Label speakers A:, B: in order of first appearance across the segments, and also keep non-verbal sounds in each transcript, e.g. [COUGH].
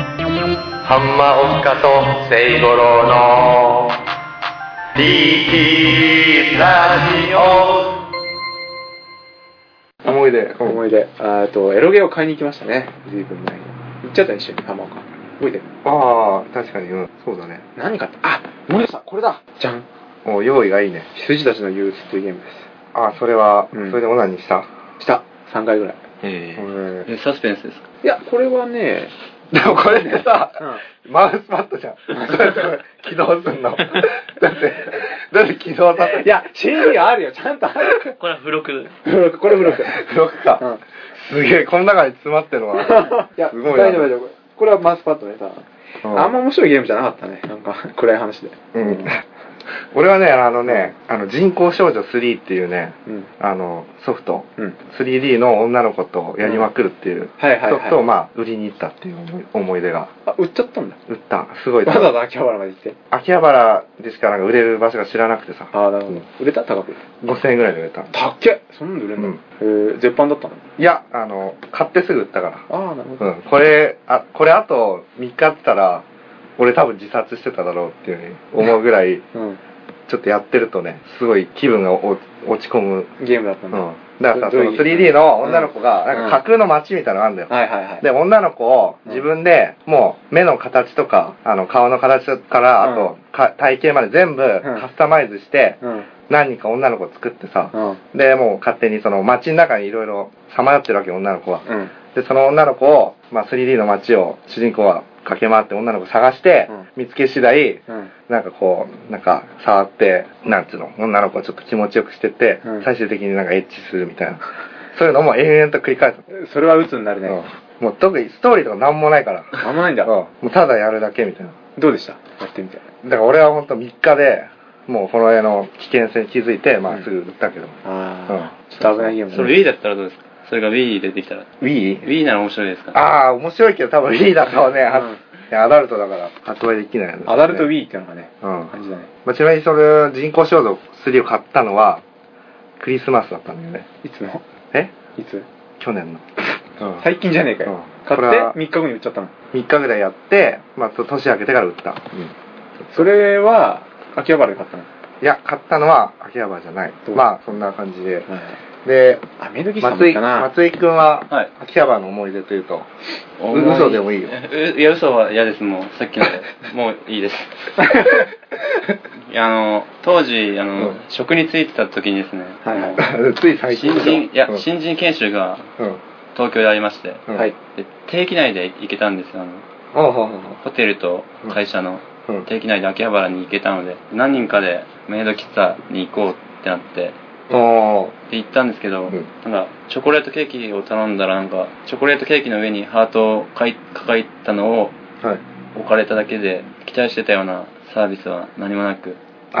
A: ハンマーオフカとセイゴロウの DT ラジオ
B: 思い出、
C: うん
B: 思い出。あーと、エロゲを買いに行きましたね。ずいぶん前に。行っちゃった一緒に、浜岡。覚えてる
C: ああ、確かに、うん、そうだね。
B: 何買ったあ、思い出したこれだじゃん。
C: お用意がいいね。
B: 羊たちの憂鬱というゲームで
C: ああ、それは、
B: うん
C: それでオナニーした。
B: す。した。3回ぐらい。
D: え
C: うん。
D: えサスペンスですか
B: いや、これはね、
C: でもこれってさ、
B: うん
C: マウスパッドじゃん。それそれ起動すんの。だって、だって起動させ
B: いや、CD があるよ、ちゃんとあ
C: [LAUGHS]
B: る。
D: これは付録
B: これこれ付録。
C: ロック [LAUGHS] か。
B: うん
C: すげえ、この中に詰まってるわ。
B: いや、
C: すごいな
B: 大丈夫大丈夫。これはマウスパッドでさ、
C: うん
B: あんま面白いゲームじゃなかったね。なんか、暗い話で。
C: うん。俺はね、あのね、あの、人工少女3っていうね、
B: うん。
C: あの、ソフト、
B: うん。
C: 3D の女の子とやりまくるっていう、
B: はいはい
C: ソ
B: は
C: フトを
B: い。
C: まあ、売りに行ったっていう思い思い出が。
B: あ、売っちゃったんだ。
C: 売った。すごい。
B: わざわざ秋葉原まで行って。
C: 秋葉原でしかなんか売れる場所が知らなくてさ、
B: ああ、なるほど。売れた高く。
C: 5000円ぐらいで売れた。
B: たっけそんなんで売れんの、う
C: う
B: んえー、絶版だったの
C: いや、あの、買ってすぐ売ったから。
B: ああ、なるほど。
C: うん、これ、あ、これあと3日あったら、俺多分自殺してただろうっていうふうに思うぐらい、
B: うん。
C: ちょっとやってるとね、すごい気分がお落ち込む。
B: ゲームだった
C: うんん
B: だ。。
C: だか
B: ど
C: らさ、そ
B: どう
C: の
B: いう
C: 3D の女の子が、
B: うん
C: なんか架空の街みたいなのがあるんだよ。
B: はいはいはい。
C: で、女の子を自分で、もう目の形とか、あの、顔の形から、あ
B: うん
C: と、か体型まで全部
B: ん
C: カスタマイズして、
B: うん。
C: 何人か女の子を作ってさ、
B: うん。
C: で、もう勝手にその街の中にいろいろさまよってるわけよ、女の子は。
B: うん。
C: で、その女の子を、まあ、3D の街を主人公は駆け回って女の子探して、見つけ次第、
B: うん。
C: なんかこう、なんか触って、なんつうの、女の子をちょっと気持ちよくしてって、
B: うん
C: 最終的になんかエッチするみたいな。そういうのも延々と繰り返すの。
B: それは鬱になるね。
C: うんもう特にストーリーとかなんもないから。
B: あんまないん
C: う
B: だ
C: ん。もうただやるだけみたいな。
B: どうでしたやってみて。
C: だから俺は本当3日で、もうこの絵の危険性に気づいて、まあすぐ売ったけど。
B: あ
C: うん
B: あ、ちょっと危ないゲームだ
D: そ
B: ね
D: れ Wii だったらどうですかそれが Wii でできたら
C: Wii?
D: Wii なら面白いですか
C: ああ、面白いけど多分 Wii だとね、
B: うん
C: いやアダルトだから発売できない、ね、
B: アダルト Wii ってのがね、
C: うん
B: 感じだね。
C: まあ、ちなみにその人工少女3を買ったのはクリスマスだったんだよね
B: いつの
C: え
B: いつ
C: 去年の、うん
B: 最近じゃねえかよ。
C: うん
B: 買
C: これは
B: って3日後に売っちゃったの。
C: 3日ぐらいやって、まあ、と年明けてから売った、
B: それは、秋葉原で買ったの。
C: いや買ったのは秋葉原じゃない
B: どう
C: まあそんな感じで
B: はい。
C: で
B: あ、メイド喫茶も
C: 松
B: いい
C: 井
B: かな。
C: 松井君は
D: はい
C: 秋葉原の思い出というと、
D: 重
C: う嘘でもいいよ
D: ういや嘘は嫌ですもうさっきのでもう [LAUGHS] いいですいやあの当時あの、
C: うん
D: 職に就いてた時にですね、
B: はいはい
C: [LAUGHS] つい最近
D: 新
C: でしょ
D: 人いや、
C: うん
D: 新人研修が
C: うん
D: 東京でありまして
C: うん
B: はい。
D: で定期内で行けたんですよあの
C: おうおうおう
D: ホテルと会社の
C: おううん
D: 定期内で秋葉原に行けたので何人かでメイド喫茶に行こうってなって
C: おー
D: で行ったんですけど、
C: うん
D: なんかチョコレートケーキを頼んだらなんかチョコレートケーキの上にハートをかい抱いたのを
C: はい
D: 置かれただけで期待してたようなサービスは何もなく
C: あ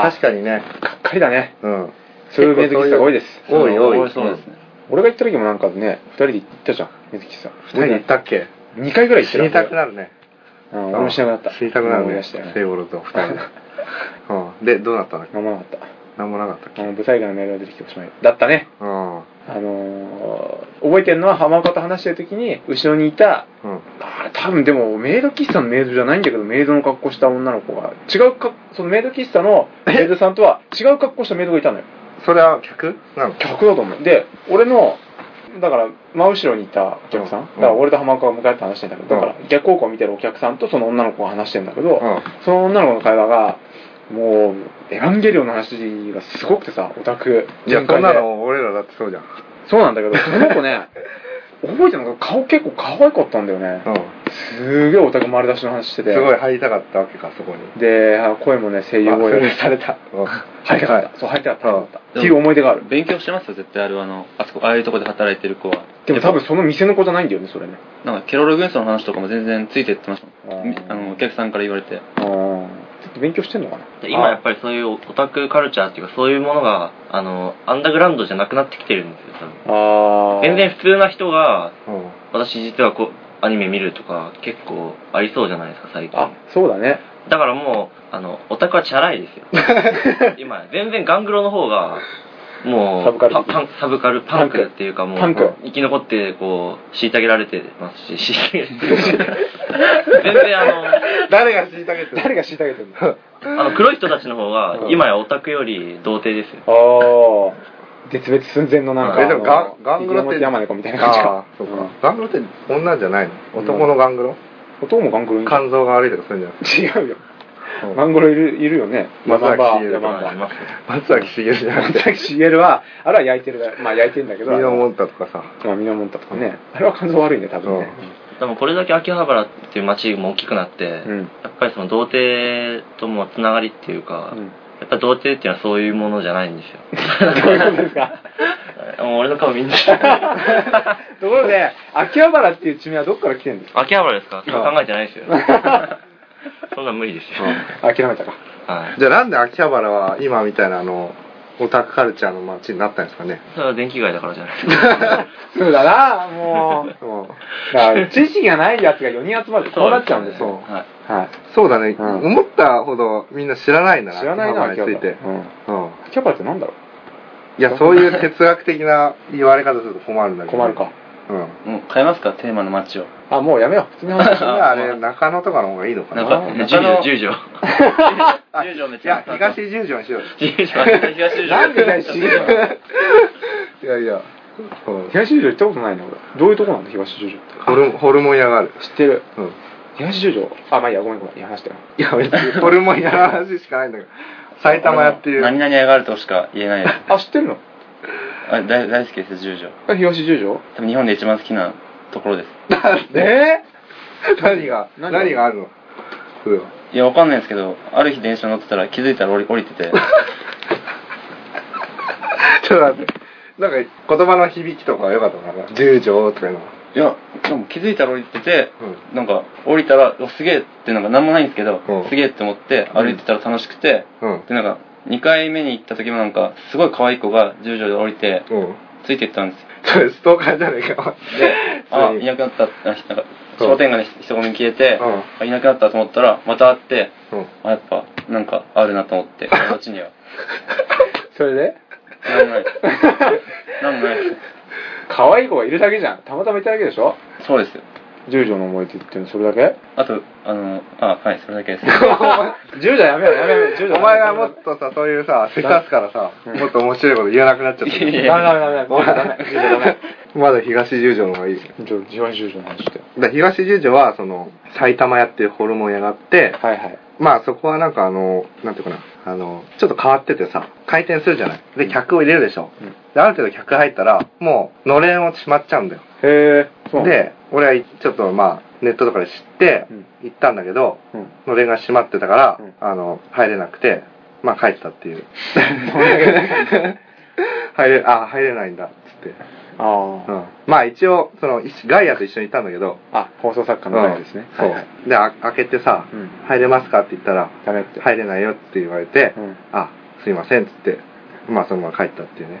B: ああ
C: 確かにね
B: ー、がっかりだね。
C: うん
B: そういうメイド喫茶が多いです。
C: 多い多い
D: そうですね、
B: 俺が行った時もなんかね、二人で行ったじゃん、メイド喫茶。
C: 2人行ったっけ
B: 二回ぐらい行っ
C: 死
B: てる
C: にたくなるね
B: うん、俺もしなくなった。
C: 死にたくなる
B: 思い
C: ね
B: 出したよ
C: セイ
B: ね。
C: ボロと2人でうんでどうなったの
B: 飲まなかった。
C: 何もなかったっけ
B: あの、舞台外のメールが出てきておしまい。だったね。
C: うん
B: あのー、覚えてるのは浜岡と話してる時に、後ろにいた、
C: うん
B: あれ多分でもメイド喫茶のメイドじゃないんだけど、メイドの格好した女の子が、違うか、そのメイド喫茶のメイドさんとは違う格好したメイドがいたのよ。
C: それは客なの
B: 客だと思う。で、俺の、だから真後ろにいたお客さん、
C: うん
B: だから俺と浜岡が向かって話してんだけど、
C: うん
B: だから逆方向を見てるお客さんとその女の子が話してんだけど、
C: うん
B: その女の子の会話が、もう、エヴァンゲリオンの話がすごくてさ、オタク。
C: いや
B: 全
C: そ
B: 開
C: ん
B: で
C: なの俺らだってそうじゃんう
B: そうなんだけど、その子
C: [LAUGHS]
B: ね、覚えてるのか顔結構可愛かったんだよね。
C: ん
B: すげえオタク丸出しの話してて。
C: すごい入りたかったわけかそこに
B: で、あ声もね、声優声でされた。
C: うん
B: 入りたかった。そう、入りたかった。入りたかったっていう思い出がある。
D: 勉強してますよ絶対あれはあのあそこああいうとこで働いてる子は
B: でも多分その店の子じゃないんだよね、それね。
D: なんかケロロ軍曹の話とかも全然ついてってました
B: あ
D: み
B: ー
D: あのお客さんから言われて
B: あーちょっと勉強してんのかな
E: で今やっぱりそういうオタクカルチャーっていうかそういうものがあのアンダーグラウンドじゃなくなってきてるんですよ多分
B: あ
E: 全然普通な人が
C: うん
E: 私実はこうアニメ見るとか結構ありそうじゃないですか最近
B: あ、そうだね。
E: だ
D: [LAUGHS]
E: からもうあのオタクはチャラいですよ今全然ガングロの方がもう
B: サブカル
E: パ
B: 的
E: パンサブカルパンクっていうかもう
B: パンク
E: 生き残ってこう虐げられてます
D: [LAUGHS]
E: し虐げられてる全然あの
C: 誰が虐げて
B: 誰
C: る
B: が虐げてるのあ
E: あの黒い人たちの方は
B: うん
E: 今やオタクより童貞ですよ
B: あ絶滅寸前のなんか
C: えでもガンガングロ
B: っ
C: ってて
B: 山猫みたいな感じ
C: あ
B: か
C: あそうかガングロって女じゃないの男のガングロ
B: 男もガングロいる
C: 肝臓が悪いとかそういうんじ
B: 違うよ
C: ゃない
B: ガングロいるいるよね
C: 松
B: ヤ
C: 崎
B: マンバ
C: しげ
B: ヤ
C: る
B: マン
E: あり
B: バ
E: ます
C: 松崎しげるじゃな
B: 松
C: くて
B: 崎しげるはあれは焼いてるだまあ焼いてんだけ
C: ミ
B: ど
C: ノモンタとかさ
B: まあミノモンタとかねあれは肝臓悪いね多分ね
E: でもこれだけ秋葉原っていう街も大きくなって、
B: うん
E: やっぱりその童貞ともつながりっていうか、
B: うん
E: やっぱ童貞っていうのはそういうものじゃないんです
B: [LAUGHS]
E: よ
B: どういう [LAUGHS] ことですか
E: もう俺の顔み
B: [LAUGHS]
E: んな知ってる
B: ところで秋葉原っていう地名はどっから来てるんですか
E: 秋葉原ですかそれ考えてないです
B: [LAUGHS]
E: よそんなん無理ですよ、
B: 諦めたか
E: はい
C: [LAUGHS] じゃあなんで秋葉原は今みたいなあのオタクカルチャーの街になったんですかね
E: それは電気街だからじゃ
B: [LAUGHS]
E: ないです
B: そうだなもう
C: うん
B: だ [LAUGHS] から知識がないやつが4人集まるとこうなっちゃうんですよ
C: そ
D: はい。
B: はい
C: そうだね、
B: うん
C: 思ったほどみんな知らないんだな
B: 知らないな
C: 秋葉原について、
B: うん
C: うん、
B: 秋葉原ってなんだろ
C: いやそういう哲学的な言われ方すると困るんだ
B: う
C: けど
B: 困るか
D: [LAUGHS]
C: うん
D: もう変えますかテーマの街を。
B: あもうやめよう普 [LAUGHS] 通に話し
C: じ
B: よう
C: ゃああれ中野とかの方がいいのかな
E: 中
B: あ
E: 10
D: 中野
E: 条10条
B: [LAUGHS]
C: あ
D: 十条めっ
C: い
D: ちゃ
C: や東十条にしよう
E: 10条
D: 東十条。
B: なんで東十条
C: いやいや、う
B: [LAUGHS]
C: ん
B: 東十条行ったことないね俺どういうとこなんだ東十条って
C: ホルモンホルモン屋がある、
B: 知ってる
C: うん、
D: [LAUGHS]
B: 東十条あまあいいやごめんごめんいい話だよ
C: いや別にホルモン屋の話しかないんだけど埼玉屋っていう
D: 何々屋があるとしか言えないです。
B: あ知ってるの
D: あ大大好きです十条。
B: あ東十
C: [LAUGHS]
B: 条
D: 多分日本で一番好きなところです。
B: え
C: 何が
B: 何が
C: 何があるのそれはい
D: やわかんないですけど、ある日電車乗ってたら気づいたら降り降りて
C: [LAUGHS]
D: て。
C: ちょっと待ってなんか言葉の響きとか良かったかな十条とかいうの
D: いやでも気づいたら降りてて。
C: うん
D: なんか降りたらおすげえってなんか何もないんですけど、
C: うん
D: すげえって思って歩いてたら楽しくて、
C: うん
D: でなんか2回目に行った時もなんかすごい可愛い子が十条で降りて
C: うん
D: ついていったんですよ
C: それストーカーじゃねえか [LAUGHS]
D: であいなくなったってなんか商店街の人混み消えて、
C: うん
D: あいなくなったと思ったらまた会って
C: うん
D: あやっぱなんかあるなと思 [LAUGHS] って友達には
B: [LAUGHS] それで [LAUGHS]
D: なんもないですなんもないで
B: 可愛い子がいるだけじゃんたまたまいただけでしょ
D: すそうですよ
B: 十条の思い出っていうのそれだけ [LAUGHS]
D: あとあのあはいそれだけ [LAUGHS] です
B: 十条やめようやめよう十条
C: お前がもっとさそういうさせかすからさ
B: うん
C: もっと面白いこと言わなくなっちゃった
D: いやい
B: ダメダメダメダメダ [LAUGHS] メ十条ダメ
C: [LAUGHS] まだ東十条の方がいいだか
B: じゃあ東十条の話して
C: ら東十条はその埼玉屋っていうホルモン屋があって
B: はいはい
C: まあそこはなんかあのなんていうかなあのちょっと変わっててさ回転するじゃないで客を入れるでしょ
B: うん
C: である程度客入ったらもうのれんをしまっちゃうんだよ
B: へえそうなんだ
C: で俺はちょっとまあネットとかで知って
B: うん
C: 行ったんだけど
B: うん
C: のれんが閉まってたから、
B: うん
C: あの入れなくてまあ帰ったっ
B: [LAUGHS]
C: ていう入れあ入れないんだっつって、
B: あ
C: う
B: あ
C: ん、まあ一応その一緒ガイアと一緒にいたんだけど
B: あ放送作家の前ですね
C: うんそう、
B: はいはい
C: であ開けてさ、
B: うん
C: 入れますか?」って言ったら
B: ダメっ
C: 「
B: て
C: 入れないよ」って言われて「
B: うん
C: あすいません」っつってまあそのまま帰ったっていうね、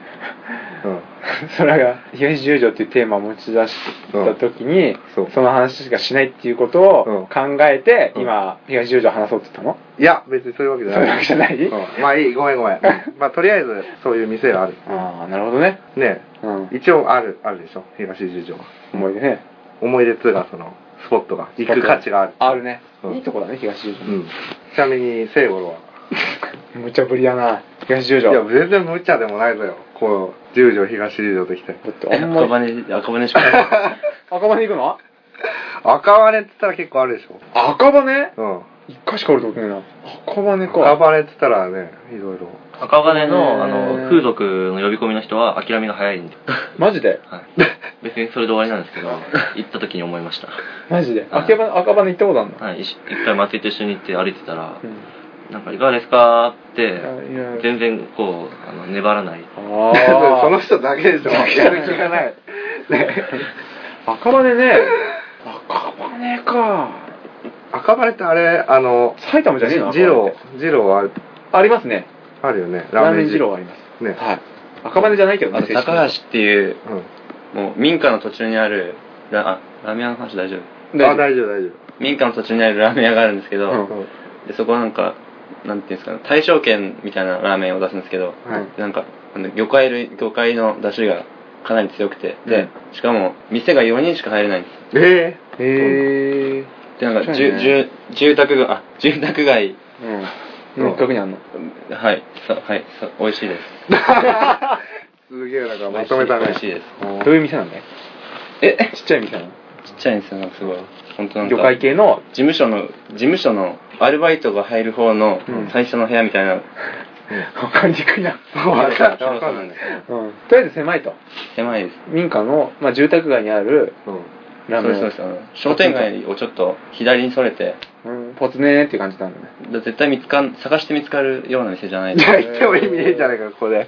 C: うん、
B: [LAUGHS] それが東十条っていうテーマを持ち出した時に、
C: そう
B: その話しかしないっていうことを
C: う
B: 考
C: ん
B: えて、
C: うん
B: 今東十条話そうって言ったの、
C: いや別にそういうわけじ
B: そ
C: ゃ
B: ういう
C: な
B: わ
C: い
B: けじゃない、
C: うんまあいいごめんごめん、 [LAUGHS] まあ、とりあえずそういう店がある
B: ああなるほどね、
C: ね
B: うん、
C: 一応あるあるでしょ東十条は
B: 思い出ね
C: 思い出っていうかそのスポットが行く価値がある
B: あるね、
C: うん
B: いいとこだね東十条、
C: うんちなみに聖五郎は
B: 無茶ぶりやな東十
C: いや
B: 条
C: 全然無茶でもないぞよこう十条東十条できて
B: だってあん
D: 赤
B: まり
D: 羽赤羽しかない
B: 赤羽行くの
C: 赤羽って言ったら結構あるでしょ
B: 赤羽
C: うん
B: 一回しか俺とこねえな赤羽か
C: 赤羽って言ったらねいろいろ
E: [LAUGHS] 赤羽
B: へー
E: のあの風俗の呼び込みの人は諦めが早いんで、
B: マジで
D: [LAUGHS]
E: はい、別にそれで終わりなんですけど行った時に思いました
B: マジで赤羽赤羽行ったことあるの、
E: はい、一緒一回松井と一緒に行って歩いてたら
B: う
E: 「なんかいかがですか?」って
B: ん、いやいや
E: 全然こうあの粘らない
B: あ
C: [LAUGHS]
B: あ
C: その人だけで
B: [LAUGHS]
C: しょやる気がない
B: 赤羽ね赤羽か
C: 赤羽ってあれあの
B: 埼玉じゃねえの
C: 二郎二郎ある
B: ありますね
C: あるよね
B: ラーメン二
C: 二
B: 郎
C: 郎
B: はあります
C: ね
B: はい赤羽じゃないけど
D: あ
B: ね
D: と高橋っていう
C: うん
D: もう民家の途中にあるラあラーメン屋の話大丈夫
C: あ大丈夫大丈
D: 民家の途中にあるラーメン屋があるんですけど、
B: うん
C: 夫うん
D: でそこはなんかなんていうんですかね大正券みたいなラーメンを出すんですけど、
C: はい
D: でなんかあの魚介類魚介の出汁がかなり強くてで、しかも店が4人しか入れないんです
C: え
B: へえ
D: でなんか、
B: そう
D: じ
B: ね
D: ゅじゅ住宅があ住宅街
B: うん一角にあんの
D: はいさはいさ美味しいです
C: すげえなんかまとめた
D: 美
C: ね
D: 味しいです
B: [LAUGHS] どういう店なんだい
D: え
B: ちっちゃい店なの
D: ちっちゃいんですよなんかすごい本当なんか
B: 魚介系の
D: 事務所の事務所のアルバイトが入る方の
B: うん
D: 最初の部屋みたいな、
B: わかりにくいな
C: わかんない
D: そうそうなんですよ
B: うんとりあえず狭いと
D: 狭いです
B: 民家の、まあ、住宅街にある
C: うん
D: そ
B: ラ
D: う
B: ーメ
D: で
B: ン
D: すそうですあの商店街をちょっと左にそれて
B: うんポツネーっていう感じなんだね
D: だ絶対見つかん探して見つかるような店じゃない
C: じ [LAUGHS]
D: で
C: ゃあ行っても意味ねえじゃないかここで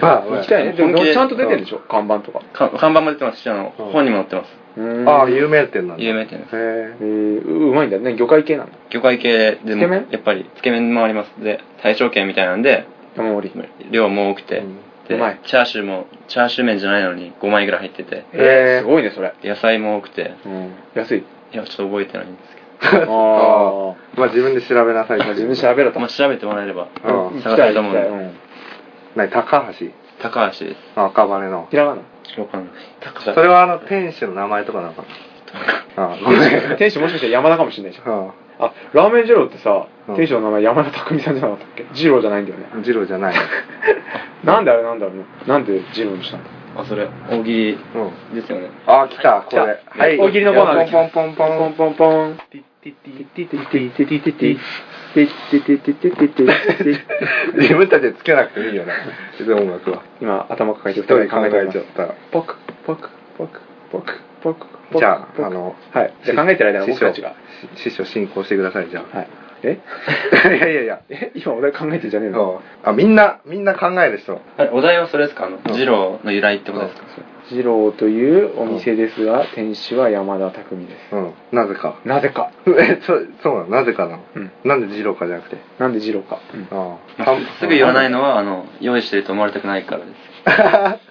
C: まあま
B: 行
C: あ
B: きたいねでも
D: 本気で
B: ちゃんと出てるでしょ看板とか
D: か看板も出てますしあの、
C: うん
D: 本にも載ってます
C: ああ
B: へ
C: 有名店なんだ
D: 有名店です
C: へ
B: えううまいんだね魚介系なの
D: 魚介系で
B: つ
D: も
B: け麺
D: やっぱりつけ麺もありますで大正圏みたいなんで
B: 山盛り
D: 量も多くて、
C: えうん
D: で
B: うまい
D: チャーシューもチャーシュー麺じゃないのに5枚ぐらい入ってて
B: えー、すごいねそれ、
D: 野菜も多くて
B: うん、安い
D: いやちょっと覚えてないんですけ
B: あ
C: [LAUGHS]
B: あ
C: まあ自分で調べなさい
B: 自分で調べろと
D: ど、まあ、調べてもらえれば
C: うん
B: 行き
D: 探
B: たい
D: せると
B: 行
D: 思
B: き
D: うん
B: たい、
D: で
B: うん、
C: 何高橋
D: 高橋で
C: 赤羽の
B: ひらがな
D: すわかんない高
C: それはあの店主の名前とかなのかなあごめんうん
B: 店主もしかしたら山田かもしれないじゃんあラーメン二郎ってさ、
C: うん
B: 店主の名前山田匠さんじゃなかったっけ二郎じゃないんだよね
C: 二郎じゃない
B: なんであれなんだろうねなんで二郎にしたの
D: あそれ大喜利
C: うん
D: ですよね
C: あ来たこれ
B: 来た大喜利のコーナーです
C: ポンポンポンポ
B: ポン
C: ン
B: ポン
C: 自分たちでつけなくてもいいよな自分音楽は
B: 今頭抱えて
C: 一
B: 二人
C: 人
B: で考
C: 考
B: えて
C: え
B: ま
C: ちゃ
B: す
C: った
B: ポクポクポクポクポクポク
C: じゃ
B: ポク
C: ああの
B: はいじゃあ考えてる間に僕たちが
C: 師匠進行してくださいじゃ
B: [LAUGHS] はいえ
C: あ [LAUGHS] いやいやいや
B: え今俺考えてんじゃねえの
C: そうあみんなみんな考える人
D: あれお題はそれですかあの
C: ん
D: 二郎の由来ってことですか
B: 二郎というお店ですが店主は山田匠で
C: うんなぜか [LAUGHS]
B: すなぜか
C: えそうそうなのなぜかなの
B: うん
C: なんで二郎かじゃなくて
B: なんで二郎かうん
C: ああ
D: まあすぐ言わない
C: の
D: のはあの用意してると思われたくないからで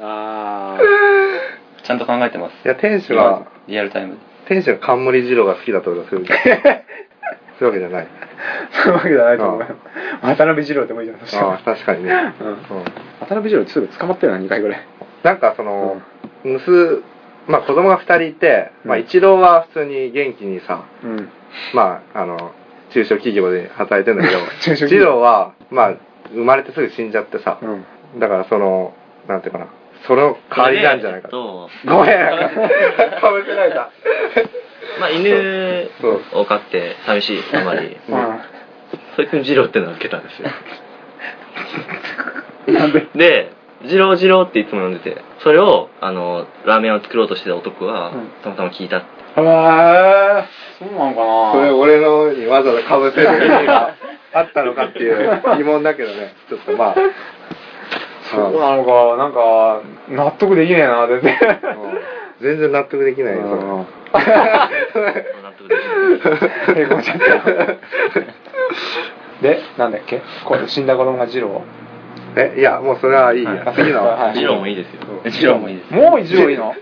B: あ
D: すちゃんと考えてます
C: いや店主は
D: 今リアルタイムで
C: 店主が冠二郎が好きだとかそういう
B: [LAUGHS]
C: そういうわけじゃない
B: あそういうわけじゃないと思うよ [LAUGHS] 渡辺二郎でもいいじゃんそした
C: ああ
B: ら
C: 確かにね、
B: [LAUGHS] うん
C: うん、
B: 渡辺二郎ってすぐ捕まったよな2回ぐらい
C: なんかその、娘まあ子供が2人いて、まあ、一郎は普通に元気にさ
B: うん
C: まああの中小企業で働いてんだけど
B: [LAUGHS] 中小企
C: 一
B: 業
C: 郎はまあ生まれてすぐ死んじゃってさ
B: うん
C: だからそのなんていうかなその代わりなんじゃないか
E: えっと
C: ごめんなんかかぶせられ [LAUGHS] た
E: まあ犬を飼って寂しいですあまり
B: うん
E: [LAUGHS] そいつにジローって名付けたんですよ
B: なんで
E: でジロージローっていつも呼んでてそれをあのラーメンを作ろうとしてた男が、
B: うん
E: たまたま聞いたって
B: うわーそうなんかな
C: それ俺のにわざわざかぶせる意味があったのかっていう疑問だけど
B: [LAUGHS]
C: ねちょっとまあ
B: そうなのか、なんか、納得できねえな、全然。
C: うん全然納得できないよそれ
B: うん
E: 納得できない
B: へこんじゃった。で、なんだっけこれ死んだ子供がジロ
C: えいやもうそれはいいや、
B: はい
C: 次の、
B: はい
E: ジローもいいですよ
D: 二郎もいいです
B: ー。もうジローいいの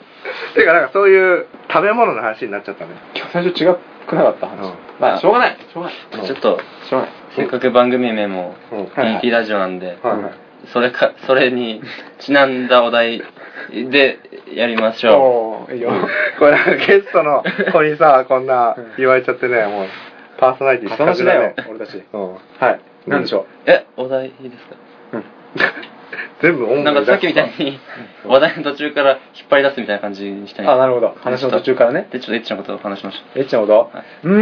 C: てかなんかそういう食べ物の話になっちゃったね
B: 今日最初違くなかった
C: う
B: 話
C: ん。
B: まあ、しょうがない。しょうがない。
D: ちょっと
B: しょうがない。
D: せっかく番組名も
C: うんはい
B: はいはい
D: BP ラジオなんで
C: はい
D: それかそれにちなんだお題でやりましょ
B: おーいいよ。
C: [LAUGHS] これなんかゲストの子にさこんな言われちゃってねもうパーソナリティ
B: 重なしだよ
C: ね、
B: 俺たち。
C: うん
B: はい。なんでしょ
D: うえお題いいですか
C: 全部音
D: なん
C: 楽
D: かさっきみたいに話題の途中から引っ張り出すみたいな感じにした
B: う。
D: い
B: あ、なるほど。話の途中からね。
D: でちょっとエッチなことを話しまし
B: エッチなこと
D: はいう
B: ー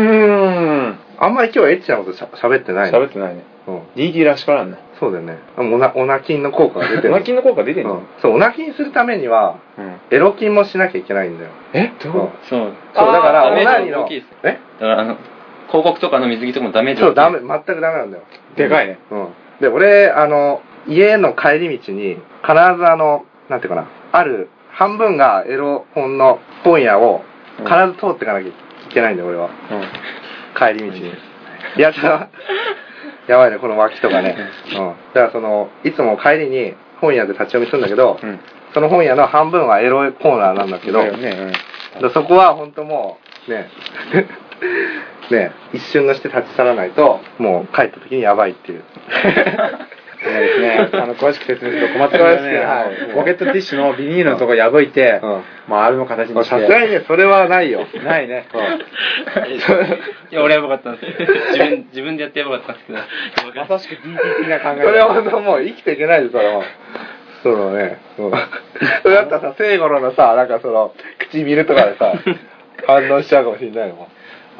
B: ん。
C: あんまり今日エッチなことしゃ喋ってないね
B: 喋ってないね。
C: うん
B: DD らしからんな。
C: そうだよねあもうおなおなきんの効果が出て
B: お
C: る
B: なきの効果出てん
C: う
B: の
C: んそうおなきんするためには
B: うん。
C: エロキンもしなきゃいけないんだよ
B: えどういう
C: う
B: こ
C: ん
D: ょうそう
C: そうだか
D: あ
C: ら
D: ー
C: オナニー
D: ダ
C: の
D: メージ大きいです
C: え
D: だからあの広告とかの水着とかもダメージ
C: そうダ
E: [LAUGHS]
D: 大きい
C: メ全くダメなんだよ
B: とでかいね。
C: うん、で俺あの家の帰り道に必ずあのなんていうかなある半分がエロ本の本屋を必ず通っていかなきゃいけないんだよ俺は
B: うん。
C: 帰り道にいやちょっとやばいねこの脇とかね、うん、だからそのいつも帰りに本屋で立ち読みするんだけど、
B: うん
C: その本屋の半分はエロコーナーなんだけど、
B: だよね、うん。
C: だからそこは本当もうね [LAUGHS] ね一瞬のして立ち去らないともう帰った時にやばいっていうごめんですね。 [LAUGHS] あの、詳しく説明すると困っちゃう
B: れ
C: んですけど、
B: は、
C: はいい。
B: ポケットティッシュのビニールのとこ破いて、まあ、あるの形
C: うん。
B: にし
C: さすが
B: て。
C: にね、それはないよ。
B: ないね。
D: いや、俺やばかったん
B: [LAUGHS]
D: ですよ。自分、自分でやってやばかったんですけど。
B: まさしく DTP な考え
C: それは本当もう生きていけないです、それはもう。そのね、うん。それだったらさ、聖五郎のさ、なんかその、唇とかでさ、反応しちゃうかもしれないのもん。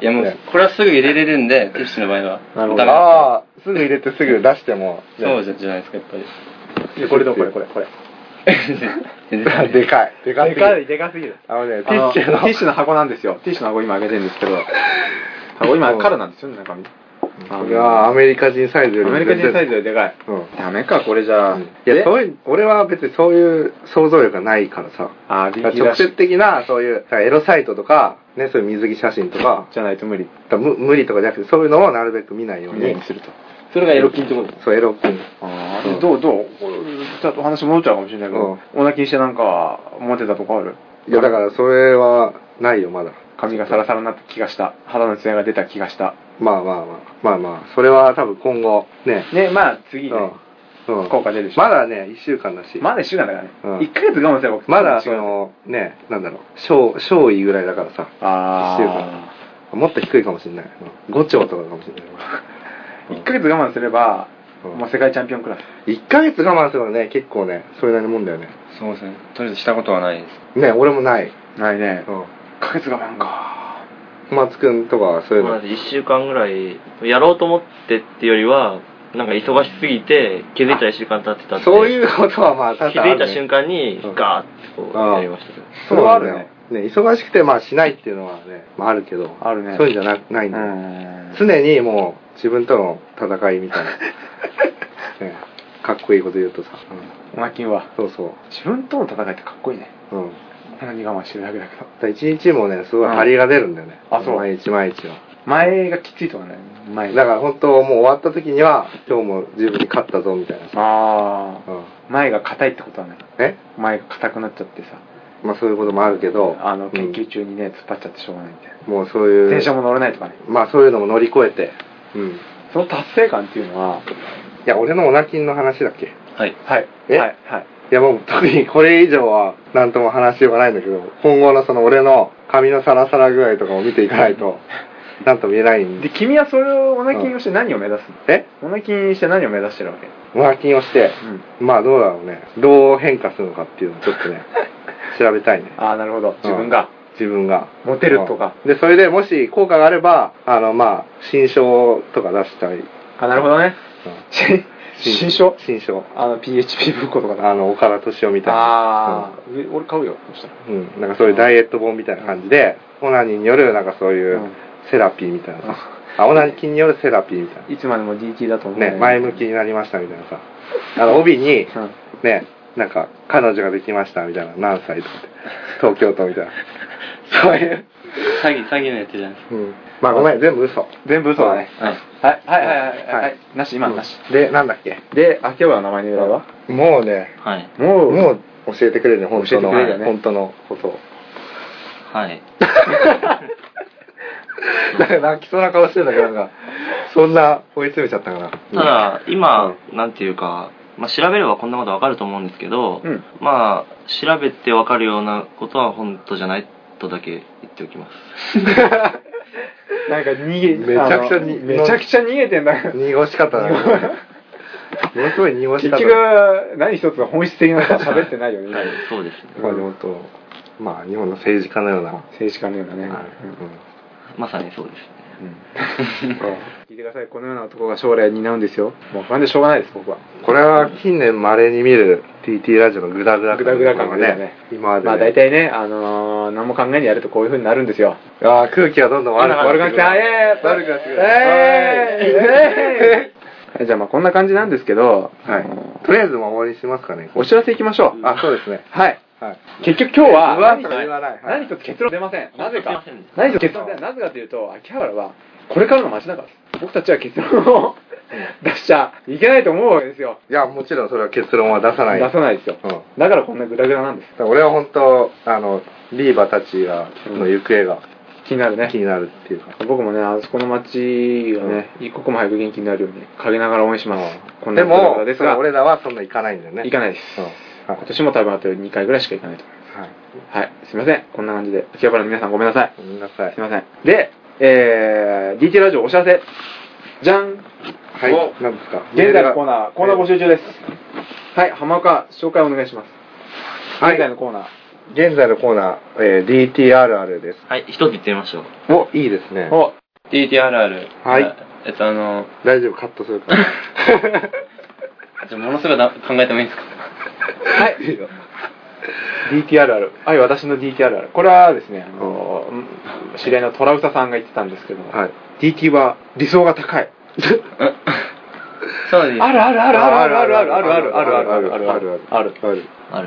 D: いや、もう
C: ね、
D: これはすぐ入れれるんで、ティッシュの場合は。
B: なるほど
D: ダメだ
C: ああ、すぐ入れてすぐ出しても。
D: そうじゃじゃないですか、やっぱり。
B: でこれどうこれこれこれ。
C: [LAUGHS]
D: 全然ダメ
C: でかい。でか
B: [LAUGHS]
C: い。
B: でかい、でかすぎる。
C: あのね、テ
B: あ
C: ィッ
B: の
C: シ
B: テ
C: ュの。
B: ィッシュの箱なんですよ。ティッシュの箱今あげてるんですけど。箱今、カラなんですよね、中身。あの
C: これはアメリカ人サイズより
B: アメリカ人サイズよりでかい。
C: うん。
B: ダメか、これじゃあ。
C: いや、
B: で
C: そういう、俺は別にそういう想像力がないからさ。
B: あー、リンキー
C: 直
B: だ
C: 接
B: し。
C: 的な、そういう、だからエロサイトとか、ね、そういう水着写真とか、
B: じゃないと無理。
C: だからむ無理とかじゃなくて、そういうのをなるべく見ないよう
B: 無理
C: に
B: に。すると。それがエロキンってことです
C: そう、エロ金。
B: あ
C: ー
B: あ、どう、どうこれちょっとお話戻っちゃうかもしれないけど、オナキンしてなんか、モテたとこある
C: いや、だからそれは、ないよ、まだ。
B: 髪がサラサラになった気がした。肌のツヤが出た気がした。
C: まあまあまあ。まあまあ、それは多分今後、ね。
B: ね、まあ、次ね、
C: うん。うん。
B: 効果出るでしょ。
C: まだね、1週間だし。
B: まだ一週間だからね。
C: うん
B: 1ヶ月我慢すれば、
C: まだ、その、ね、なんだろう、小、小位ぐらいだからさ。
B: あ
C: もっと低いかもしれない。うん5兆とかかもしれない。
B: あ。1ヶ月我慢すれば、
C: うん
B: もう世界チャンピオンクラス。
C: 1ヶ月我慢するのね、結構ね、それなりのもんだよね。
D: そうですね。とりあえずしたことはないです。
C: ね、俺もない。
B: ないね。
C: うん。
B: 1ヶ月我慢か。
C: マツくんとかはそういう
E: まあ
C: の。
E: 1週間ぐらいやろうと思ってってよりはなんか忙しすぎて気づいたら1週間経ってたって
C: そういうことはまあ、
E: 気
C: 多々あ
E: づ
C: る
E: いた瞬
C: ね。
E: 間に
C: うん
E: ガーッてこうやりましたけど
C: それはあるね。ね、忙しくてまあしないっていうのはね、まああるけど。
B: あるね
C: そういうんじゃなないんだよ。
B: ん
C: 常にもう自分との戦いみたいな、ね、かっこいいこと言うとさ、うん
B: オナキンは。
C: そうそ
B: 自分との戦いってかっこいいね。
C: う、うん、
B: こんなに我慢してるだけだけど。
C: だから一日もねすごい張りが出るんだよね、
B: うんあそう
C: 毎日毎日の
B: 前がきついとかね。前
C: だ
B: が。
C: から本当もう終わった時には今日も自分に勝ったぞみたいなさ、
B: ああ。
C: うん、
B: 前が硬いってことはない。
C: え
B: 前が硬くなっちゃってさ。
C: まあそういうこともあるけど
B: あの、研究
C: う
B: 中にね、突っ張っちゃってしょうがないみたいな。
C: んもうそういう
B: 電車も乗れないとかね。
C: まあそういうのも乗り越えて、うん、い
B: その達成感っていうのは、
C: や俺のオナキンの話だっけ
D: はい。
B: はい。
C: え
B: はい。はい。
C: いやもう特にこれ以上は何とも話しようがないんだけど、今後のその俺の髪のサラサラ具合とかを見ていかないと、なんとも言えないん
B: で、
C: で。
B: 君はそれをオナキンをして何を目指すの
C: え
B: オナキンして何を目指してるわけ
C: マーキンをして、
B: うん。
C: まあどうだろうね、どう変化するのかっていうのをちょっ
B: [LAUGHS]
C: とね、調べたいね。
B: ああ、なるほど。自分が。
C: 自分が。
B: モテるとか。
C: うん。で、それでもし効果があれば、あのまあ、新章とか出したり。うん
B: あ、なるほどね。し [LAUGHS] 新書
C: 新章。
B: あの、PHP 文庫とかだ。
C: あの、岡田敏夫みたいな。
B: ああ、え俺買うよ。そしたら。
C: うん。うん。なんかそういうダイエット本みたいな感じで、オナニーによるなんかそういう、
B: うん
C: セラピーみたいなさ。あ、オナニキによるセラピーみたい
B: いつまでも DT だと思う。
C: な。ね、前向き。になりましたみたいなさ。あの、帯に、
B: うん。
C: ね、なんか、彼女ができましたみたいな、何歳とかって、東京都みた [LAUGHS] いな。そういう。
D: 詐欺、詐欺のやつじゃないです
C: うん。まあ、ごめん、全部嘘。
B: 全部嘘だね。
D: か。はい。
B: はい、はい、はい、はいはい、
C: は
B: はいい。なし、今のなし。
C: で、なんだっけ。
B: で、秋葉原の名前の由来は
C: もうね、
E: はい
B: も
C: もう教えてくれるね、本当の、
B: 教えてくれるよね
C: 本当のことを。
E: はい
C: なんか泣きそうな顔してんだけど、なんか、そんな追い詰めちゃったかな。
E: ただ今なんていうかまあ調べればこんなことわかると思うんですけど
B: うん。
E: まあ調べてわかるようなことは本当じゃないとだけ言っておきます
B: なんか逃げ、
C: めちゃくち
B: あ
C: ゃ
B: の
C: に
B: めちゃくちゃ逃げてんだけど。
C: 濁しかったな。ものすごい濁し
B: 結
C: かった。
B: 局、何一つの本質的なことは喋ってないよ
C: [LAUGHS]
B: ね。今
E: はいそうですね
C: まあ、本当、まあ、日本の政治家のような。
B: 政治家のようなね。
E: まさにそうですね
B: うん聞いてください、このような男が将来担うんですよ。もう不安でしょうがないです、僕は。
C: これは近年まれに見る TT ラジオのグダグダ
B: グダグダ感が出たね
C: 今まで、ね
B: まあ大体ね、あのー何も考えにやるとこういう風になるんですよ。
C: ああ空気がどんどん悪く
B: 悪くな
C: な
B: っ
C: ってて
B: きた。あ、いやいや
C: 悪くなってくる
B: えーえーはいじゃあまあこんな感じなんですけど、あ
C: は
B: の
C: いとりあえずもう終わりにしますかね
B: お知らせいきましょう。
C: あそうですね
B: はい。
C: はい
B: 結局今日は、
C: 上手く言わないはい
B: 何一つ結論出ません。なぜか
E: すいません。
B: 何一つ結論出ない。なぜかというと、秋葉原は、これからの街だからです。僕たちは結論を出しちゃいけないと思うわけですよ。
C: いやもちろんそれは結論は出さない
B: 出さないですよ。
C: うん
B: だからこんなグダグダなんです。
C: 俺は本当あのリーバーたちがの行方が
B: 気になるね
C: 気になるっていうか。
B: 僕もねあそこの街がね一刻も早く元気になるように陰ながら応援しますこんな
C: で
B: ことだか
C: も
B: らですが
C: 俺らはそんな行かないんだよね。
B: 行かないです
C: そう。はい
B: 今年も多分あと2回ぐらいしか行かないと思いますは
C: はい。
B: いすいませんこんな感じで秋葉原の皆さんごめんなさい
C: ごめんなさい
B: すい。ませんでえー、DT ラジオお知らせじゃん
C: はい。なんですか
B: 現在のコーナー、コーナー募
C: 集。
B: 集中です。はい、浜岡、紹介お願いします。
C: はい
B: 現在のコーナー。
C: 現在のコーナー、えー、DTRR です。
E: はい、一つ言ってみましょう。
C: お、いいですね。
B: お、
D: DTRR。
C: はい。
D: えっと、あの、
C: 大丈夫、カットするから。
D: じゃあものすごいだ考えてもいいですか
B: [LAUGHS] はい。DTRR。はい、私の DTRR。これはですね、あの、知り合いのトラウサさんが言ってたんですけども、
C: はい。
B: DT は理想が高い。
D: [LAUGHS] そうです。
B: あるあるあるあるあるあるあるあるあるあるあるあるあるある。
C: ある。
E: ある。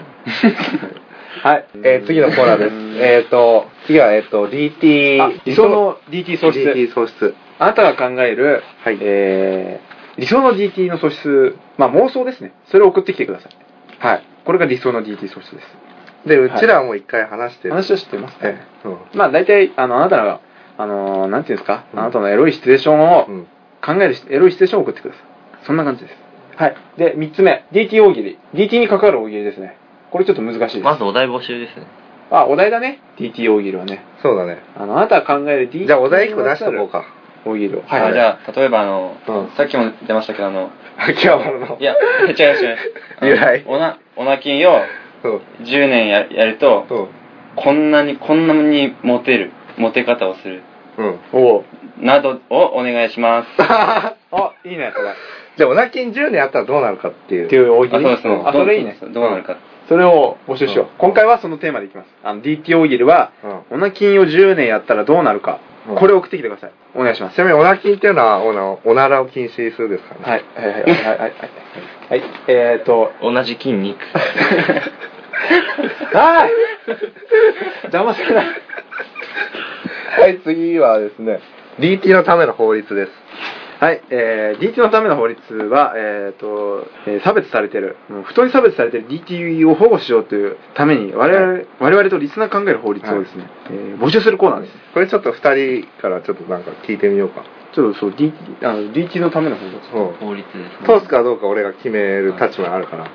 B: はい。
C: えー次のコーナ
B: [LAUGHS]
C: ーです。えっと、次は、えっと、DT
B: あ、理想の DT 喪失。
C: DT 喪失。
B: あなたが考える、
C: はい
B: えー、理想の DT の素質、まあ妄想ですね。それを送ってきてください。はい。これが理想の DT 素質です。
C: で、うちらはもう一回話してる。
B: 話は知ってます
C: え
B: ね。
C: えうん
B: まあ大体、あの、あなたが、あのー、なんていうんですか、
C: うん
B: あなたのエロいシチュエーションを
C: うん。
B: 考えるし、エロいシチュエーションを送ってください。そんな感じです。はい。で、3つ目、DT 大喜利。DT に関わる大喜利ですね。これちょっと難しいです。
E: まずお題募集ですね。
B: あ、お題だね。DT 大喜利はね。
C: そうだね。
B: あの、あなたが考える DT
C: じゃあ、お題一個出しとこうか。
B: 大喜利を。
D: あじゃあ、例えばあの、
C: うん
D: さっきも出ましたけど、あ [LAUGHS] の、
C: 秋葉原の
D: い。や、 [LAUGHS] 違う違う。あの
C: 由来
D: おな、おなきんを
C: うん。
D: 10年ややると、
C: うん。
D: こんなに、こんなにモテる、モテ方をする、
C: うん。
B: おう
D: などをお願いします。
B: あ、いいね、それ。
C: じゃあ、おなきん10年あったらどうなるかってい
B: って
C: う。
B: いう大喜
D: あ、
B: 利。
D: そうそう。
B: あ、それいいね
D: ど。うどうなるか。
B: それを募集しよう。
C: うん
B: 今回はそのテーマでいきます。あの、DT 大喜利は、
C: うん。
B: オナキンを10年やったらどうなるか。
C: うん
B: これを送ってきてください。お願いします
C: ち。なみに、おなきんっていうのは、おなおならを禁止するですからね。
B: はい、はい、はい、はい、はい、はい。はい、 [LAUGHS] えーっと、
E: 同じ筋肉。
B: あ [LAUGHS] ー邪魔するな。
C: はい、次はですね、DT のための法律です。
B: はい、えー、DT のための法律は、えーっと、えー差別されてる、もう不当に差別されてる DT を保護しようというために、我々、我々とリスナーが考える法律をですね、えー募集するコーナーです。
C: これちょっと2人からちょっとなんか聞いてみようか。
B: ちょっとそう、DT、あの DT のための法律。
C: うん。
E: 法律ですね。
C: 通すかどうか俺が決める立場あるから、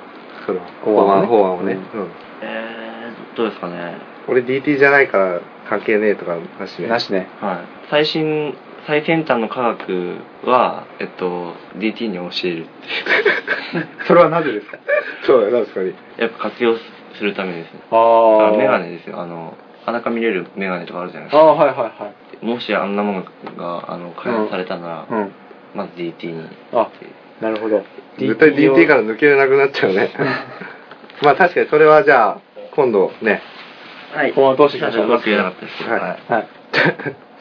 C: その
B: 法
C: 法
B: 案
C: 案
B: 法
C: 法
B: 案
C: 案
B: を
C: を
B: ね
C: ね、うん
E: えー、どうですかね。
C: 俺 DT じゃないから関係ねえとかなしね
B: なしね。
E: はい。最新、最先端の科学は、えっと、DT に教える。
B: それはなぜですか
C: そうだよ確かに
E: やっぱ活用するためですね。だか
B: あ
E: らメガネですよ。あの、裸見れるメガネとかあるじゃない
B: あ
E: で
B: あ、はいはいはい。
E: すか。もしあんなものが、あの、開発されたなら、
B: うん。
E: まず DT に。
B: あ、なるほど。。
C: 絶対 DT からら抜けれなくなっちゃうねまあ確かにそれはじゃあ今度ね
E: はい
B: 法案通していきまし
E: う
B: ょう。
E: まく言えなかったですけど、
C: はい [LAUGHS]
E: はい。
B: はい。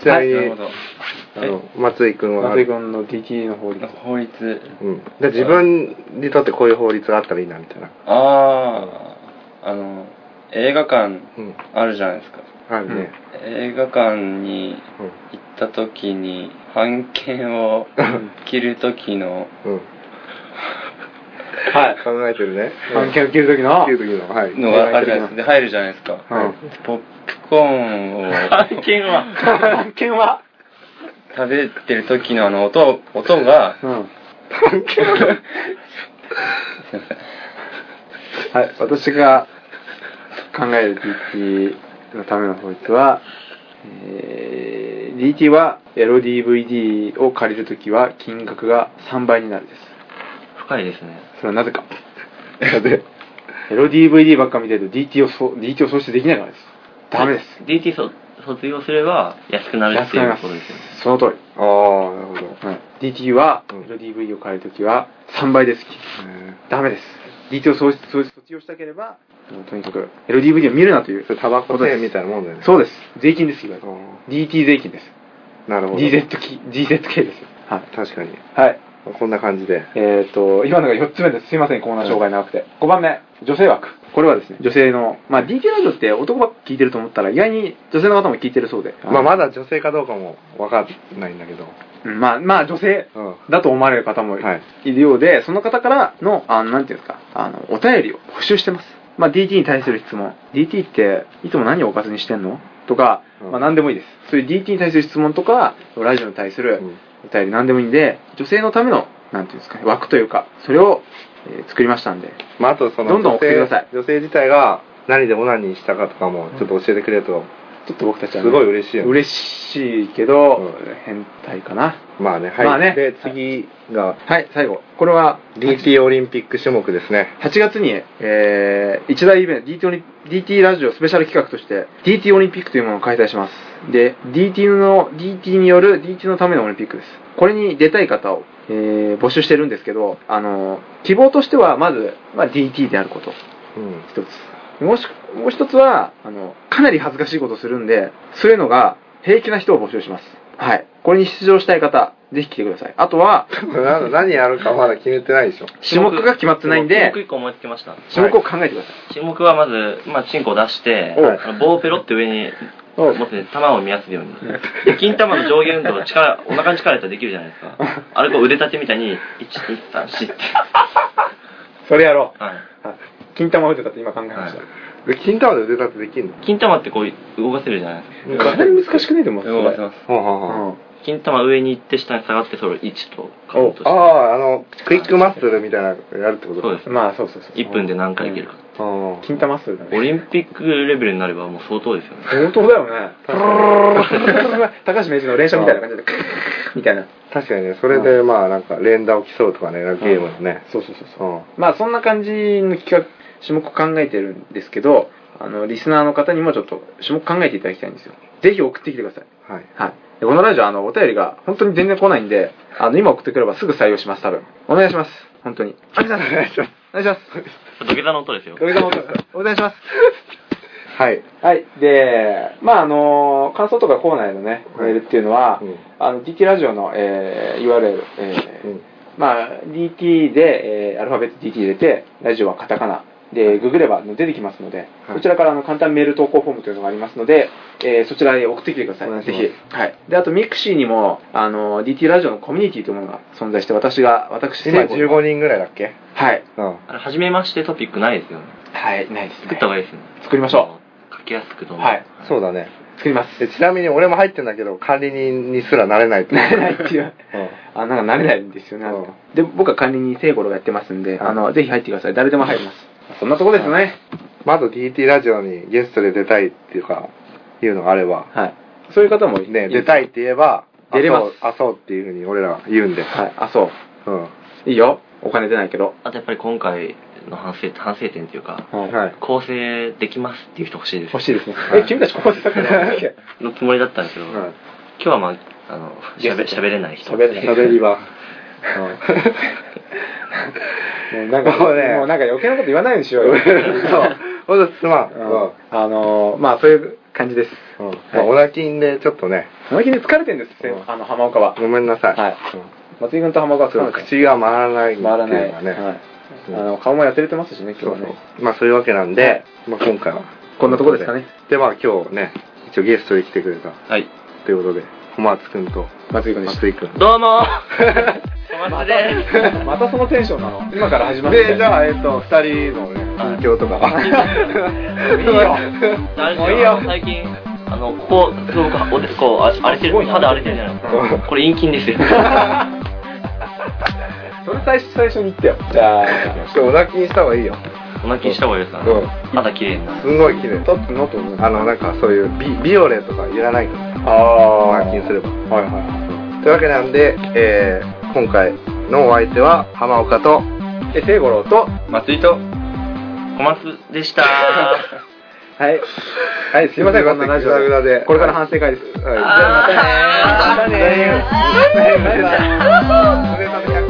C: ちなみに、
D: なるほど。
C: あの松井君は
B: 松井君の DT の法律。
D: 法律。
C: うん、で自分にとってこういう法律があったらいいなみたいな、
D: ああ、あの、映画館
C: うん、
D: あるじゃないですか。
C: あるね、
D: 映画館に
C: うん
D: 行った時に、版権を着る時の、
C: うん、
B: はい。
C: 考えてるね
B: 判決を受ける時の
C: って。いう時のはい
D: のがあるじゃないですか。で、入るじゃないですか。
C: はい
D: ポップコーンを
E: 案件
B: [LAUGHS]
E: は、
B: 判決は
D: 食べてる時のあの音、音が、
B: うん。 [LAUGHS] はい。私が考える DT のための法律は、えー DT はエロ DVD を借りるときは金額が3倍になるです。
E: 深いですね。
B: それはなぜか。
C: で
B: エロ DVD ばっか見てると DT をそ DT を創出できないからです。ダメです。
E: DT そ卒業すれば安くなる
B: 安
E: っ
B: く
E: て
B: なり
E: い
B: ま
E: う
B: す
E: ことですよね。。
B: その通り。
C: ああなるほど、
B: うん DT は、
C: うん
B: LDV を買えるときは3倍です。
C: え
B: ダメです。DT を創出創出卒業したければ、もうとにかく LDV を見るなという
C: ーそ。れタバコ税みたいなもんだよね
B: そうです。税金です、いわゆる。
C: あ
B: DT 税金です。
C: ーなるほど
B: DZ き DZK ですよ。はい。
C: 確かに
B: はい。
C: こんな感じで
B: えっ、と、今のが4つ目です。すいません、コーナー障害長くて。5番目、女性枠。これはですね、女性の、まあ DT ラジオって男ばっか聞いてると思ったら、意外に女性の方も聞いてるそうで。
C: まあ、まだ女性かどうかもわかんないんだけど、
B: うんまあ、まあ女性
C: うん
B: だと思われる方も
C: はい
B: いるようで、その方からの、あのなんていうんですか、あの、お便りを募集してます。まあ、DT に対する質問。DT って、いつも何をおかずにしてんのとか、
C: うん
B: まあ何でもいいです。そういう DT に対する質問とか、ラジオに対するお便り何でもいいんで、女性のための、なんていうんですかね、枠というか、それを、えー作りましたんで、
C: まあ、あとその
B: どんどん
C: 女
B: 送
C: 性
B: ってください
C: 女性自体が何でオナニーしたかとかもちょっと教えてくれると
B: ちょっと僕たち
C: す
B: は、
C: ごい嬉しいよね、
B: 嬉しいけど、
C: うん
B: 変態かな。
C: まあねはい、
B: まあね
C: で次が
B: はい、最後。これは、
C: DT オリンピック種目ですね
B: 8月に、えー一大イベント DT オリ DT ラジオスペシャル企画として DT オリンピックというものを開催しますで DT の DT による DT のためのオリンピックですこれに出たい方を、えー募集してるんですけどあの希望としてはまず、まあ、DT であること [LAUGHS]
C: うん
B: 一つもしもう一つはあのかなり恥ずかしいことをするんでそういうのが平気な人を募集しますはいこれに出場したい方ぜひ来てくださいあと [LAUGHS] は
C: な何やるかまだ決めてないでしょ
B: 種目が決まってないんで
E: 種目一個思いつきました。
B: 種目を考えてください
E: 種目はまず、まあ、チンコを出して、
B: おう
E: あの棒をペロって上に
B: おう
E: 持って、球を見やすいように。で、金玉の上下運動は力、お腹に力入れたらできるじゃないですか。あれこう腕立てみたいに、1、2、3、4って。
B: それやろう
E: はい。
B: 金玉打てたって今考えました、
E: は
C: で金玉で腕立てできるの
E: 金玉ってこう動かせるじゃないですか。
B: かなり難しくないと思う
D: 動かせます
C: はあはあはあ
E: 金玉上に行って下に下がって、それを1とカウントして。
C: ああ、あの、クイックマッスルみたいなのやるってこと
E: そう
C: す。
E: です
B: うん、
E: ね。
B: まあそうそうそう
E: 1分で何回いけるか。
C: あ
B: 金玉数だ
E: オ
B: ね
E: リンピックレベルになればもう相当ですよね。
B: 本当だよね [LAUGHS] 高橋名人の連射みたいな感じでクーみたいな
C: あ確かにね、それで、まあ、なんか、連打を競うとかね、なんかゲームのね。
B: そうそうそうそう
C: うん。
B: まあそんな感じの企画種目を考えてるんですけどあのリスナーの方にもちょっと種目考えていただきたいんですよぜひ送ってきてください
C: はい。
B: はいでこのラジオあのお便りが本当に全然来ないんであの今送ってくればすぐ採用します多分お願いします本当にお願いしますお願いしま
E: [LAUGHS]
B: す
E: 土下座の音ですよ。
B: 土下座の音ですお願いします
C: はい。
B: はい。で、まあ、あの、感想とかコーナーへのね、
C: は
B: メ
C: い
B: ールっていうのは、
C: うん
B: あの、DT ラジオの、えー URL、えー
C: うん
B: まあ、DT で、えーアルファベット DT 入れて、ラジオはカタカナ。で、ググればあの出てきますので、
C: はい
B: こちらからあの簡単メール投稿フォームというのがありますので、えーそちらへ送ってきてくださ
C: お願
B: い。
C: い
B: ぜ
C: します
B: ひ。はい。で、あと、ミクシーにも、あの、DT ラジオのコミュニティというものが存在して、私が、私、
C: 今、
B: 聖子の
C: 15人ぐらいだっけ
B: はい。
C: うん。
E: あれ、初めましてトピックないですよね。
B: はい。ないです、ね。
E: 作った方がいいですね。
B: 作りましょ
E: う。書きやすくと思う。
B: はい
C: そうだね。
B: う。作り
C: [LAUGHS]
B: ます。
C: でちなみに、俺も入ってんだけど、管理人にすらなれないと思
B: [LAUGHS] な
C: う。
B: れないっていう。
C: うん。
B: あなんか慣れないんですよね、
C: うん
B: で僕は管理人聖五郎がやってますんで、
C: はい
B: あのぜひ入ってください誰でも入りますそんなとこですね
C: まず DT ラジオにゲストで出たいっていうか、いうのがあれば、
B: はいそういう方も
C: ね、出た
B: い
C: いって言えば、
B: 出れます
C: あそう、あそうっていうふうに俺らは言うんで。
B: はいあそ
C: うん。
B: ういいよお金出ないけど、
E: あとやっぱり今回の反省、反省点というか、
B: はい
C: はい。
E: 構成できますっていう人欲しいです。
B: 欲しいですね、
C: はい
B: え君たちここで作る
E: の
B: の
E: つもりだったんですけど、
C: うん
E: 今日はまあ、あの、しゃべ喋れない人。
B: 喋 [LAUGHS] れない
C: 喋り場。
B: もうなんか
C: もうね
B: もうなんか余計なこと言わないようにしようよ、
C: そう。ほんとすまん。
B: うんあのーまあそういう感じです
C: うん。まあ、オナキンでちょっとね、
B: 最近で疲れてるんです
C: うん
B: あの浜岡は
C: ごめんなさい。
B: はい
C: うん
B: 松井君と浜岡はすごい
C: 口が回らないっ
B: 回
C: ていうの
B: ら
C: が
B: ない、
C: ね。
B: はい
C: うん
B: あの顔も痩せれてますしね
C: そ
B: 今
C: う
B: 日はね
C: そう。まあそういうわけなんで、まあ今回は。
B: こんなとこですかね。
C: で、まあ今日ね、一応ゲストに来てくれた
E: はい。
C: ということで、小松くんと
B: 松井君でした
C: 松井くん。
E: どうも小松です。
B: [LAUGHS] またそのテンションなの今から始まる
C: で、じゃあ、えっと、二人のね、近況とか。
E: いいよ。あれですよ
B: もういいよ
E: 最近、あの、ここ、すごく、おでこう、あ荒れて
B: すごい
E: る、
B: な
E: 肌荒れてるじゃないです
C: うん
E: か。これ、陰菌ですよ。
B: それ最初最初に言ってよじゃあ
C: 今日お泣きにした方がいいよ。
E: お泣きした方がいいですか
C: うん
E: 肌綺麗になる。
C: すごい綺麗。
B: トップのと思う
C: あの、なんかそういうビビオレとかいらないから。
B: あ
C: マーキンすれば
B: はいは
C: というわけなんで、えー今回のお相手は浜岡と
B: いで聖五郎と
D: 松井と
E: 小松でした。
B: はいはいすいません
C: すいません
B: こんなラジオ
C: グダグダで
B: これから反省会です
C: はい
B: じゃあまたね
E: あー
B: またねバイバイ [LAUGHS]
C: 腕立て100